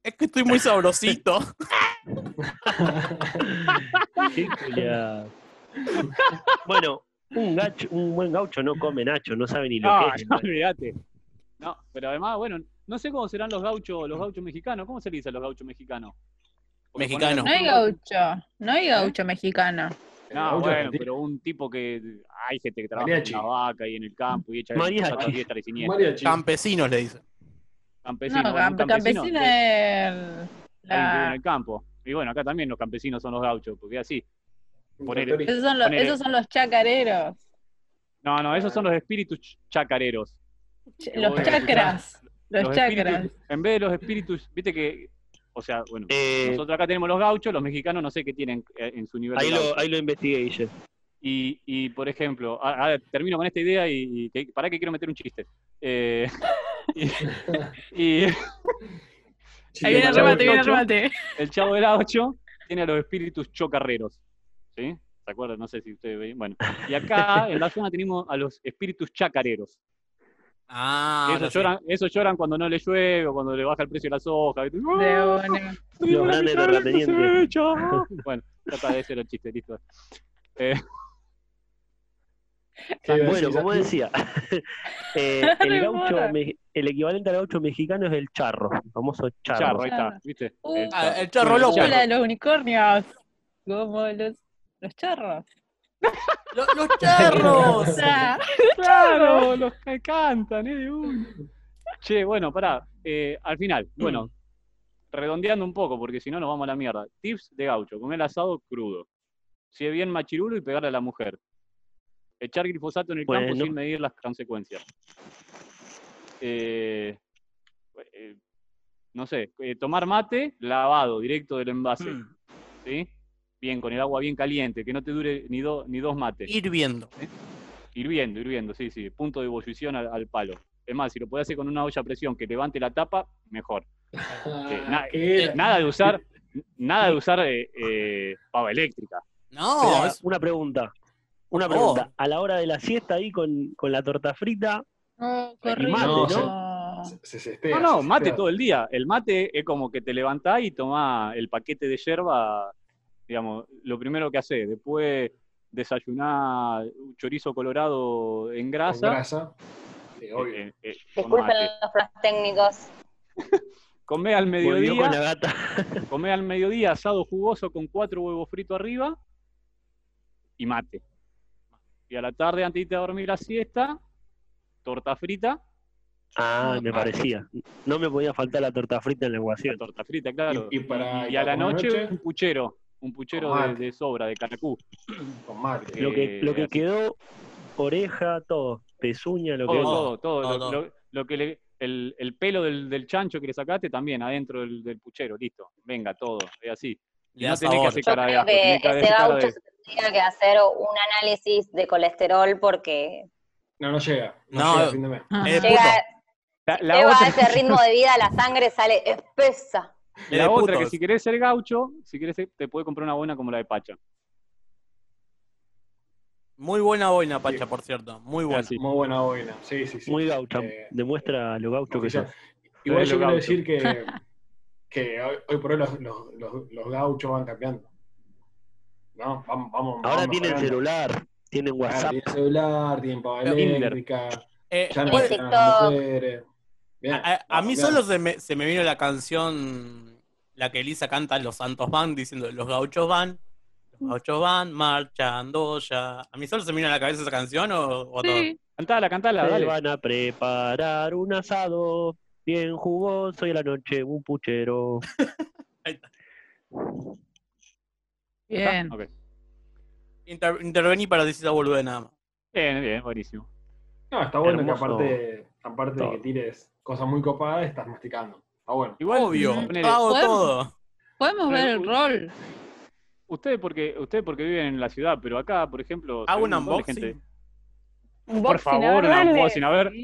Speaker 1: Es que estoy muy
Speaker 4: [LAUGHS]
Speaker 1: sabrosito.
Speaker 6: Qué culiao. [LAUGHS] bueno, un, gacho, un buen gaucho no come Nacho, no sabe ni lo
Speaker 4: No,
Speaker 6: que es.
Speaker 4: Ah, no, olvídate. No, pero además, bueno, no sé cómo serán los gauchos, los gauchos mexicanos. ¿Cómo se le dice a los gauchos mexicanos? Porque
Speaker 1: Mexicano.
Speaker 5: No hay gaucho, no hay gaucho mexicano.
Speaker 4: No,
Speaker 3: Gaucho
Speaker 4: bueno,
Speaker 3: argentino.
Speaker 4: pero un tipo que hay gente que trabaja
Speaker 3: Mariachi.
Speaker 4: en la vaca y en el campo y echa
Speaker 6: Mariachi.
Speaker 4: a la diestra y siniestra.
Speaker 3: Mariachi.
Speaker 1: Campesinos le dicen.
Speaker 4: Campesino,
Speaker 5: no,
Speaker 4: bueno, un
Speaker 5: camp- campesino,
Speaker 4: que-
Speaker 5: es
Speaker 4: ahí en
Speaker 5: la-
Speaker 4: el campo. Y bueno, acá también los campesinos son los gauchos, porque así. Ponele.
Speaker 3: Doctor
Speaker 5: Esos son los,
Speaker 4: Ponele.
Speaker 5: esos son los chacareros,
Speaker 4: No, no, esos son los espíritus ch- chacareros.
Speaker 5: ch-
Speaker 4: Te
Speaker 5: los
Speaker 4: voy a
Speaker 5: chacras, los, chacras.
Speaker 4: espíritus- en vez de los espíritus, viste que, o sea, bueno,
Speaker 6: Eh,
Speaker 4: nosotros acá tenemos los gauchos, los mexicanos no sé qué tienen eh, en su nivel. de
Speaker 6: ahí, lo,
Speaker 4: gaucho.
Speaker 6: ahí lo investigué, Guille.
Speaker 4: Y, y, por ejemplo, a- a ver, termino con esta idea y, y que- pará que quiero meter un chiste. Eh, [LAUGHS] y, y
Speaker 3: Sí,
Speaker 5: Ahí viene el
Speaker 3: Chavo
Speaker 5: remate, viene el
Speaker 4: Ocho.
Speaker 5: remate.
Speaker 4: el chavo del 8 tiene a los espíritus chocarreros. ¿Sí? ¿Se acuerdan? No sé si ustedes ven. Bueno, y acá en la zona tenemos a los espíritus chacareros.
Speaker 1: Ah, ahora
Speaker 4: esos,
Speaker 1: sí.
Speaker 4: lloran, esos lloran cuando no le llueve o cuando le baja el precio de las hojas. ¿viste? ¡Ah!
Speaker 5: De una.
Speaker 4: Tenía
Speaker 6: Los
Speaker 4: una mitad
Speaker 6: grandes
Speaker 4: de
Speaker 6: terratenientes.
Speaker 4: cosecha. Bueno, trata de ser el chiste, listo.
Speaker 3: que iba a
Speaker 6: Bueno,
Speaker 3: decir,
Speaker 6: como
Speaker 3: Santi.
Speaker 6: decía, [LAUGHS]
Speaker 4: [LAUGHS]
Speaker 6: eh, el, gaucho, me- el equivalente al gaucho mexicano es el charro, el famoso charro.
Speaker 4: Charro, ahí está,
Speaker 5: Charro.
Speaker 4: ¿viste? Eh,
Speaker 5: Uh,
Speaker 4: El charro.
Speaker 1: Ah, el charro loco.
Speaker 5: La de los unicornios, como los, los charros.
Speaker 1: Los, los charros.
Speaker 5: O sea,
Speaker 4: Claro, los que cantan, eh, de uno. Che, bueno, pará. eh, al final, bueno, redondeando un poco, porque si no nos vamos a la mierda. Tips de gaucho, comer asado crudo. Si es bien machirulo y pegarle a la mujer. Echar glifosato en el campo
Speaker 6: Bueno.
Speaker 4: sin medir las consecuencias. Eh, eh, no sé, eh, tomar mate lavado, directo del envase.
Speaker 1: Mm,
Speaker 4: ¿sí? Bien, con el agua bien caliente, que no te dure ni, do- ni dos mates.
Speaker 1: Hirviendo.
Speaker 4: Hirviendo, hirviendo, sí, sí. Punto de ebullición al, al palo. Es más, si lo podés hacer con una olla a presión que levante la tapa, mejor. Eh,
Speaker 3: Ah,
Speaker 4: na-
Speaker 3: ¿qué era?
Speaker 4: Nada de usar, nada de usar eh, eh, pava eléctrica.
Speaker 1: No,
Speaker 6: Espera,
Speaker 1: es-
Speaker 6: Una pregunta. Una
Speaker 1: Oh.
Speaker 6: pregunta. A la hora de la siesta ahí con, con la torta frita,
Speaker 5: no, qué
Speaker 6: Mate,
Speaker 5: rico.
Speaker 3: Se, se
Speaker 4: No,
Speaker 3: sestea,
Speaker 4: no,
Speaker 3: se
Speaker 4: mate
Speaker 3: sestea.
Speaker 4: todo el día. El mate es como que te levantás y tomás el paquete de yerba, digamos, lo primero que haces. Después desayunás un chorizo colorado en
Speaker 3: Con
Speaker 4: grasa.
Speaker 3: grasa. Sí, obvio.
Speaker 4: eh, eh, con
Speaker 2: Disculpen
Speaker 4: mate.
Speaker 2: los problemas técnicos.
Speaker 4: Comés al
Speaker 6: volvió
Speaker 4: mediodía.
Speaker 6: con la gata.
Speaker 4: Comé al mediodía asado jugoso con cuatro huevos fritos arriba y mate. Y a la tarde, antes de irte a dormir la siesta, torta frita.
Speaker 6: Ah, me parecía. No me podía faltar la torta frita en la
Speaker 4: La
Speaker 6: ecuación.
Speaker 4: torta frita, claro.
Speaker 3: Y- y para-
Speaker 4: y a la
Speaker 3: para la
Speaker 4: noche,
Speaker 3: noche,
Speaker 4: un puchero. Un puchero
Speaker 3: con
Speaker 4: de,
Speaker 3: mate.
Speaker 4: de sobra, de caracú.
Speaker 3: Con mate.
Speaker 6: Lo
Speaker 4: eh,
Speaker 6: que, lo que
Speaker 4: así.
Speaker 6: quedó, oreja, todo. Pezuña, lo que
Speaker 4: Todo, todo, todo.
Speaker 1: Todo,
Speaker 4: Lo,
Speaker 1: todo.
Speaker 4: lo- lo que le- el, el pelo del, del chancho que le sacaste también adentro del, del puchero, listo. Venga, todo. Es así.
Speaker 1: le
Speaker 4: no
Speaker 1: da
Speaker 4: tenés que
Speaker 1: sabor.
Speaker 4: hacer- cara de
Speaker 2: Yo creo
Speaker 4: asco,
Speaker 2: que
Speaker 4: tiene cara de-
Speaker 2: ese
Speaker 4: cara de-
Speaker 2: gaucho se tendría que hacer un análisis de colesterol porque
Speaker 3: No, no llega. No,
Speaker 1: No,
Speaker 3: llega a fin de mes.
Speaker 5: Ah.
Speaker 1: Es puto.
Speaker 2: llega,
Speaker 4: La, la
Speaker 2: llega a
Speaker 4: otra-
Speaker 2: ese ritmo de vida, la sangre sale espesa.
Speaker 1: Es
Speaker 4: La otra,
Speaker 1: puto.
Speaker 4: que si querés ser gaucho, si querés ser- te puede comprar una buena como la de Pacha.
Speaker 1: Muy buena boina, Pacha, por cierto. Muy buena.
Speaker 4: Así.
Speaker 3: Muy buena boina. Sí, sí, sí.
Speaker 6: Muy gaucha.
Speaker 3: Eh,
Speaker 6: Demuestra lo gaucho que
Speaker 3: oficial.
Speaker 6: sos.
Speaker 3: Igual
Speaker 4: Eres
Speaker 3: yo
Speaker 4: lo
Speaker 3: quiero
Speaker 4: gaucho.
Speaker 3: decir que,
Speaker 6: [LAUGHS]
Speaker 3: que hoy, hoy por hoy los, los, los, los gauchos van cambiando. ¿No? Vamos, vamos,
Speaker 6: Ahora
Speaker 3: vamos Ah,
Speaker 6: tienen
Speaker 3: mejorando.
Speaker 6: celular, tienen
Speaker 3: Claro,
Speaker 6: WhatsApp.
Speaker 3: tienen celular, tienen pava
Speaker 4: Tinder.
Speaker 3: eléctrica,
Speaker 1: Eh,
Speaker 3: ya no
Speaker 1: puede-
Speaker 3: llegan las
Speaker 2: TikTok.
Speaker 3: mujeres. Bien,
Speaker 6: Ah,
Speaker 1: a, a mí
Speaker 3: bien.
Speaker 1: solo se me, se me vino la canción, la que Elisa canta Los Santos Van, diciendo Los gauchos van, los Ocho van marchando ya. ¿A mí solo se me vino a la cabeza esa canción o, o a todos?
Speaker 5: Sí.
Speaker 4: Cantala, cantala,
Speaker 6: Se
Speaker 4: dale.
Speaker 6: van a preparar un asado bien jugoso y a la noche un puchero.
Speaker 5: Bien.
Speaker 4: Ok.
Speaker 1: Inter- intervení para decir esa boludez nada más.
Speaker 4: Bien, bien, buenísimo.
Speaker 3: No, está bueno que
Speaker 6: Hermoso.
Speaker 3: aparte, aparte de que
Speaker 6: Todo.
Speaker 3: tires cosas muy copadas, estás masticando. Está bueno.
Speaker 4: Igual, mm,
Speaker 1: Obvio, Ah.
Speaker 4: ponele,
Speaker 1: hago
Speaker 5: Bueno.
Speaker 1: todo.
Speaker 5: Podemos ver el rol.
Speaker 4: ustedes porque, ustedes porque viven en la ciudad, pero acá, por ejemplo, se
Speaker 1: Hago
Speaker 4: ve
Speaker 1: un
Speaker 4: montón de
Speaker 1: Ah, unboxing.
Speaker 5: Un
Speaker 4: Por
Speaker 5: boxing, a ver,
Speaker 4: favor, un
Speaker 5: dale.
Speaker 4: unboxing, a ver.
Speaker 5: Sí.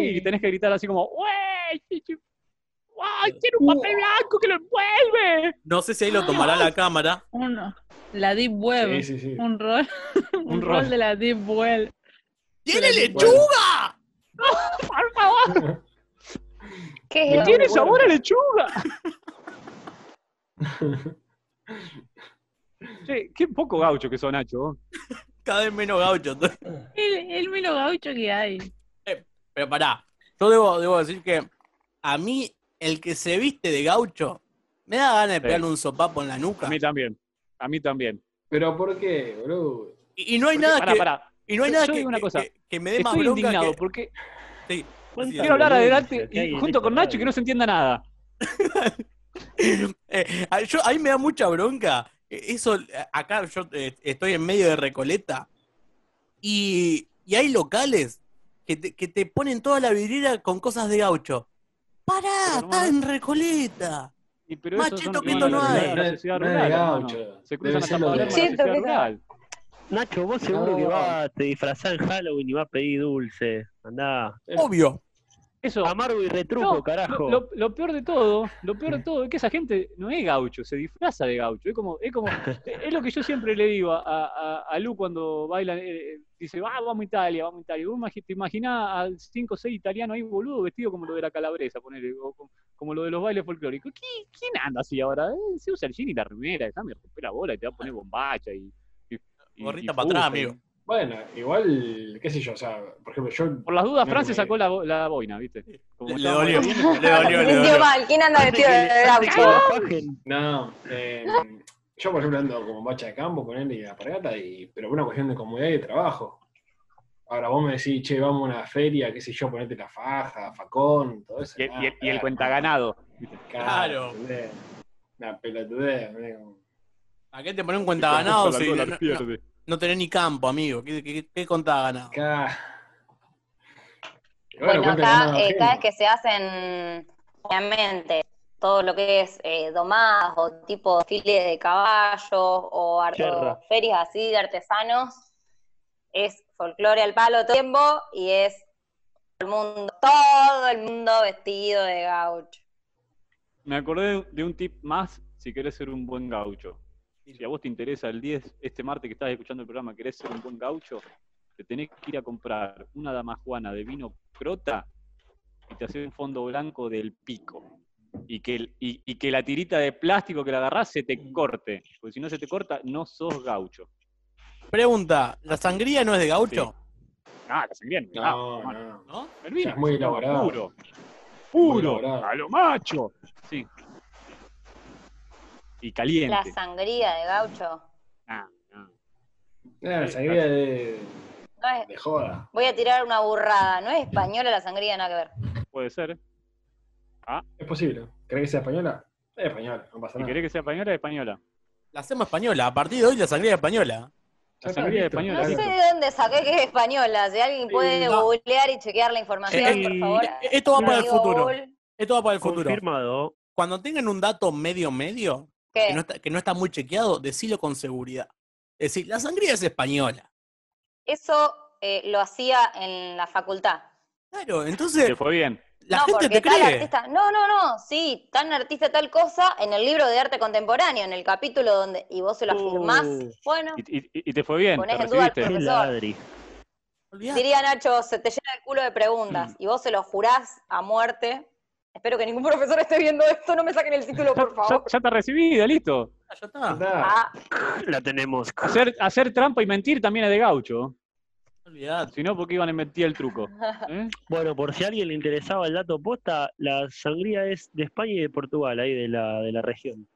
Speaker 4: Y tenés que gritar así como, ¡Wey! ¡Ay, quiero un
Speaker 1: Uh.
Speaker 4: papel blanco que lo envuelve!
Speaker 1: No sé si ahí lo tomará la cámara.
Speaker 5: Uno. La Deep Web.
Speaker 3: Sí, sí, sí.
Speaker 5: Un rol. [LAUGHS] un,
Speaker 4: Un
Speaker 5: rol
Speaker 4: rol.
Speaker 5: de la Deep Web.
Speaker 1: ¡Tiene
Speaker 3: Bueno.
Speaker 1: lechuga!
Speaker 4: ¡Por favor!
Speaker 2: ¿Qué es
Speaker 4: ¡Tiene
Speaker 2: eso?
Speaker 4: sabor
Speaker 1: [LAUGHS]
Speaker 4: a lechuga! Che, qué poco gaucho que son, Nacho. vos.
Speaker 1: Cada vez menos gaucho.
Speaker 5: El, el melo gaucho que hay.
Speaker 1: [LAUGHS] Pero pará, yo debo, debo decir que a mí, el que se viste de gaucho, me da ganas de
Speaker 4: Sí.
Speaker 1: pegarle un sopapo en la nuca.
Speaker 4: A mí también. A mí también.
Speaker 3: Pero ¿por qué, boludo?
Speaker 1: Y, y no hay
Speaker 4: Porque-
Speaker 1: nada
Speaker 4: pará,
Speaker 1: que,
Speaker 4: pará.
Speaker 1: Y no hay
Speaker 4: Yo-
Speaker 1: nada
Speaker 4: yo
Speaker 1: que,
Speaker 4: digo una
Speaker 1: que-
Speaker 4: cosa.
Speaker 1: que- que me dé más
Speaker 4: Estoy
Speaker 1: bronca
Speaker 4: indignado
Speaker 1: que...
Speaker 4: porque
Speaker 1: Sí,
Speaker 6: ¿Cuántas
Speaker 4: quiero hablar
Speaker 6: violencias
Speaker 4: adelante
Speaker 6: que hay
Speaker 4: y
Speaker 6: en este
Speaker 4: junto
Speaker 6: esta
Speaker 4: con Nacho
Speaker 6: radio?
Speaker 4: que no se entienda nada.
Speaker 1: Eh, a- yo, a mí me da mucha bronca. Eh, Eso, eh, acá yo eh, estoy en medio de Recoleta y, y hay locales que te, que te ponen toda la vidriera con cosas de gaucho. ¡Pará!
Speaker 4: Pero,
Speaker 1: ¡Está
Speaker 4: hermano.
Speaker 1: en Recoleta!
Speaker 4: Y pero esos
Speaker 1: Machito,
Speaker 4: son los que
Speaker 1: Pito,
Speaker 4: van a
Speaker 1: no
Speaker 4: la
Speaker 1: hay.
Speaker 4: ciudad- a la sociedad
Speaker 3: No es de
Speaker 4: rural,
Speaker 3: gaucho.
Speaker 4: hermano. Se
Speaker 3: Debe
Speaker 4: cruzan hasta
Speaker 3: ser lo de-
Speaker 4: Palermo en la
Speaker 2: Machito,
Speaker 4: sociedad
Speaker 2: Pito.
Speaker 4: rural.
Speaker 6: Nacho, vos seguro
Speaker 3: No.
Speaker 6: que vas, te disfrazás en Halloween y vas a pedir dulce. Andá.
Speaker 1: Obvio.
Speaker 4: Eso,
Speaker 6: Amargo y retruco,
Speaker 4: No,
Speaker 6: carajo.
Speaker 4: Lo, lo peor de todo, lo peor de todo es que esa gente no es gaucho, se disfraza de gaucho. Es como, es
Speaker 3: [LAUGHS]
Speaker 4: como, es lo que yo siempre le digo a, a, a Lu cuando baila, eh, dice, "Ah, vamos a Italia, vamos a Italia. Vos imagi- te imaginás a cinco o seis italianos ahí boludo vestido como lo de la calabresa, ponele, o como, como lo de los bailes folclóricos. ¿Qui- ¿Quién anda así ahora? Eh, se usa el jean y la remera, déjame romper la bola y te va a poner bombacha y. y- y-
Speaker 1: Gorrita
Speaker 4: y
Speaker 1: para atrás,
Speaker 4: fusa y-
Speaker 1: amigo.
Speaker 3: Bueno, igual, qué sé yo, o sea, por ejemplo, yo
Speaker 4: Por las dudas,
Speaker 3: No,
Speaker 4: Fran se
Speaker 3: porque-
Speaker 4: sacó la, bo- la boina, ¿viste? Como
Speaker 1: Le
Speaker 4: estábamos
Speaker 1: dolió, [LAUGHS] le dolió,
Speaker 4: hablando,
Speaker 2: [LAUGHS]
Speaker 1: le
Speaker 2: Sintió
Speaker 1: dolió.
Speaker 2: mal. ¿Quién anda
Speaker 6: Antes
Speaker 1: [LAUGHS]
Speaker 2: vestido
Speaker 6: que-
Speaker 2: de
Speaker 6: antes que
Speaker 2: gaucho?
Speaker 6: lo fajen.
Speaker 3: No, eh, yo por ejemplo ando como bacha de campo con él y apargata, y, pero por una cuestión de comodidad y de trabajo. Ahora vos me decís, che, vamos a una feria, qué sé yo, ponete la faja, facón, todo eso.
Speaker 4: Y,
Speaker 3: nada,
Speaker 4: y- y el
Speaker 3: claro,
Speaker 4: cuenta ganado.
Speaker 1: Claro.
Speaker 3: pelotudez. Una pelotudez. me digo.
Speaker 1: ¿A qué te ponen cuenta ganado si no, no-
Speaker 4: pierde.
Speaker 1: no tenés ni campo, amigo? ¿Qué, qué, qué contás ganado?
Speaker 3: Acá. Y
Speaker 2: Bueno,
Speaker 3: cuenta
Speaker 2: acá,
Speaker 3: ganado
Speaker 2: eh,
Speaker 3: ajeno.
Speaker 2: cada vez que se hacen, obviamente, todo lo que es eh, domadas o tipo desfiles de caballos o, ar-
Speaker 6: Yerra.
Speaker 2: o ferias así de artesanos, es folclore al palo todo el tiempo y es todo el mundo, todo el mundo vestido de gaucho.
Speaker 4: Me acordé de un tip más si querés ser un buen gaucho. Si a vos te interesa el 10, este martes que estás escuchando el programa, querés ser un buen gaucho, te tenés que ir a comprar una damajuana de vino crota y te haces un fondo blanco del pico. Y que, el- y, y que la tirita de plástico que la agarrás se te corte. Porque si no se te corta, no sos gaucho.
Speaker 1: Pregunta, ¿la sangría no es de gaucho?
Speaker 4: Ah, la sangría.
Speaker 3: No,
Speaker 4: ah,
Speaker 3: no.
Speaker 4: bueno,
Speaker 1: ¿No?
Speaker 4: el vino
Speaker 3: Ya es muy elaborado.
Speaker 4: Puro.
Speaker 3: Muy
Speaker 4: Puro.
Speaker 3: elaborado.
Speaker 4: A lo macho. Sí. Y caliente.
Speaker 2: La sangría de gaucho.
Speaker 4: Ah, ah.
Speaker 3: Ah, salía de,
Speaker 2: No es-
Speaker 3: de joda.
Speaker 2: voy a tirar una burrada, no es española la sangría, nada que ver.
Speaker 4: Puede ser.
Speaker 3: Es posible. ¿Crees que sea española? Es española, no pasa
Speaker 4: Si
Speaker 3: nada.
Speaker 4: querés que sea española, española.
Speaker 1: La hacemos española. A partir de hoy la sangría es española.
Speaker 3: Ya está,
Speaker 4: sangría
Speaker 3: listo.
Speaker 4: española,
Speaker 2: No
Speaker 4: Claro.
Speaker 2: sé de dónde saqué que es española. Si alguien puede
Speaker 1: no.
Speaker 2: googlear y chequear la información,
Speaker 1: Eh,
Speaker 2: por favor.
Speaker 1: eh, esto va para el
Speaker 2: Amigo
Speaker 1: futuro.
Speaker 2: Google,
Speaker 1: Esto va para el futuro.
Speaker 6: Confirmado.
Speaker 1: Cuando tengan un dato medio medio,
Speaker 2: ¿qué?
Speaker 1: que no está, que no está muy chequeado, decilo con seguridad. Es decir, la sangría es española.
Speaker 2: Eso eh, lo hacía en la facultad.
Speaker 1: Claro,
Speaker 4: Te
Speaker 1: entonces
Speaker 4: fue bien.
Speaker 1: la
Speaker 2: no,
Speaker 1: gente
Speaker 2: porque
Speaker 1: te
Speaker 2: tal
Speaker 1: cree.
Speaker 2: artista, no, no, no, sí, tan artista tal cosa en el libro de arte contemporáneo, en el capítulo donde, y vos se lo afirmás,
Speaker 6: Uh.
Speaker 2: bueno,
Speaker 4: Y, y- y te fue bien.
Speaker 2: Ponés
Speaker 4: Te
Speaker 2: en duda al
Speaker 4: recibiste.
Speaker 6: Qué
Speaker 2: Profesor.
Speaker 6: ladri.
Speaker 1: Olvidate.
Speaker 2: diría Nacho, se te llena el culo de preguntas,
Speaker 1: Mm.
Speaker 2: y vos se lo jurás a muerte. Espero que ningún [LAUGHS] profesor esté viendo esto, no me saquen el título, por
Speaker 4: [LAUGHS] Ya,
Speaker 2: favor.
Speaker 4: ya te recibida, listo.
Speaker 1: Ah, ya
Speaker 3: Ya
Speaker 1: está.
Speaker 3: está.
Speaker 2: Ah,
Speaker 6: La tenemos.
Speaker 4: Hacer, hacer trampa y mentir también es de gaucho.
Speaker 1: Olvidate.
Speaker 4: Si no, porque iban a inventar el
Speaker 2: [LAUGHS]
Speaker 4: truco. ¿Eh?
Speaker 6: Bueno, por si a alguien le interesaba el dato posta, la sangría es de España y de Portugal, ahí de la, de la región.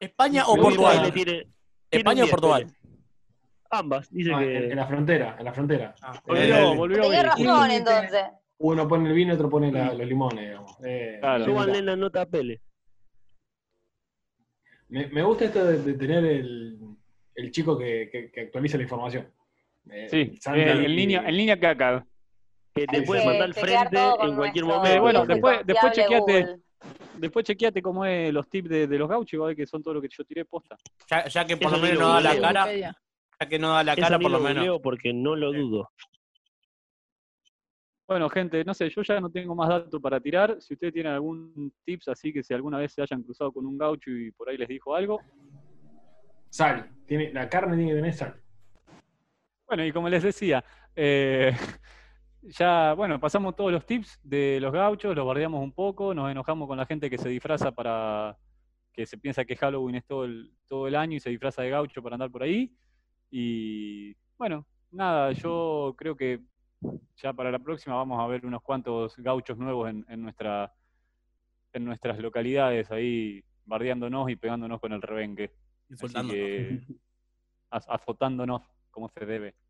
Speaker 1: España o
Speaker 3: Me gusta
Speaker 6: Uruguay le
Speaker 1: Portugal.
Speaker 6: tiene, Tiene un
Speaker 1: ¿España o
Speaker 6: 10,
Speaker 1: Portugal?
Speaker 6: Ambas, dice
Speaker 3: Ah,
Speaker 6: que.
Speaker 3: en, en la frontera, en la frontera.
Speaker 6: Ah,
Speaker 4: Volvió,
Speaker 3: Eh,
Speaker 4: volvió.
Speaker 2: Tenía
Speaker 4: Messi.
Speaker 2: razón entonces.
Speaker 3: Uno pone el vino, otro pone la- los limones, digamos. Eh,
Speaker 4: Claro.
Speaker 3: me gusta.
Speaker 6: Súbanle la nota a Pele.
Speaker 3: Me, me gusta esto de, de tener el, el chico que, que- que actualiza la información. Eh,
Speaker 4: Sí,
Speaker 3: Sandra
Speaker 4: eh, el
Speaker 3: y-
Speaker 4: niño, el niño caca.
Speaker 6: Que te
Speaker 3: Sí,
Speaker 6: puede
Speaker 3: sí.
Speaker 6: mandar al
Speaker 2: Chequear
Speaker 6: frente
Speaker 2: todo con
Speaker 6: en cualquier
Speaker 2: nuestro
Speaker 6: momento.
Speaker 4: Eh, bueno,
Speaker 2: viejo y
Speaker 4: después- después
Speaker 2: confiable
Speaker 4: chequeate.
Speaker 2: Google.
Speaker 4: Después chequeate cómo es los tips de, de los gauchos, y vas a ver que son todo lo que yo tiré posta.
Speaker 1: Ya, ya que por
Speaker 6: Eso
Speaker 1: lo menos
Speaker 6: ni lo
Speaker 1: no da la
Speaker 6: googleo.
Speaker 1: cara, ya que no da la
Speaker 6: Eso
Speaker 1: cara,
Speaker 6: ni
Speaker 1: por lo
Speaker 6: lo
Speaker 1: menos.
Speaker 6: googleo porque no lo dudo.
Speaker 4: Bueno, gente, no sé, yo ya no tengo más datos para tirar. Si ustedes tienen algún tips así que si alguna vez se hayan cruzado con un gaucho y por ahí les dijo algo.
Speaker 3: Sal. Tiene, la carne tiene que tener sal.
Speaker 4: Bueno, y como les decía, eh, [LAUGHS] ya, bueno, pasamos todos los tips de los gauchos, los bardeamos un poco, nos enojamos con la gente que se disfraza para, que se piensa que Halloween es todo el, todo el año y se disfraza de gaucho para andar por ahí. Y bueno, nada, yo creo que ya para la próxima vamos a ver unos cuantos gauchos nuevos en, en nuestra, en nuestras localidades ahí bardeándonos y pegándonos con el rebenque. Así
Speaker 1: Insultando.
Speaker 4: que, az- azotándonos como se debe.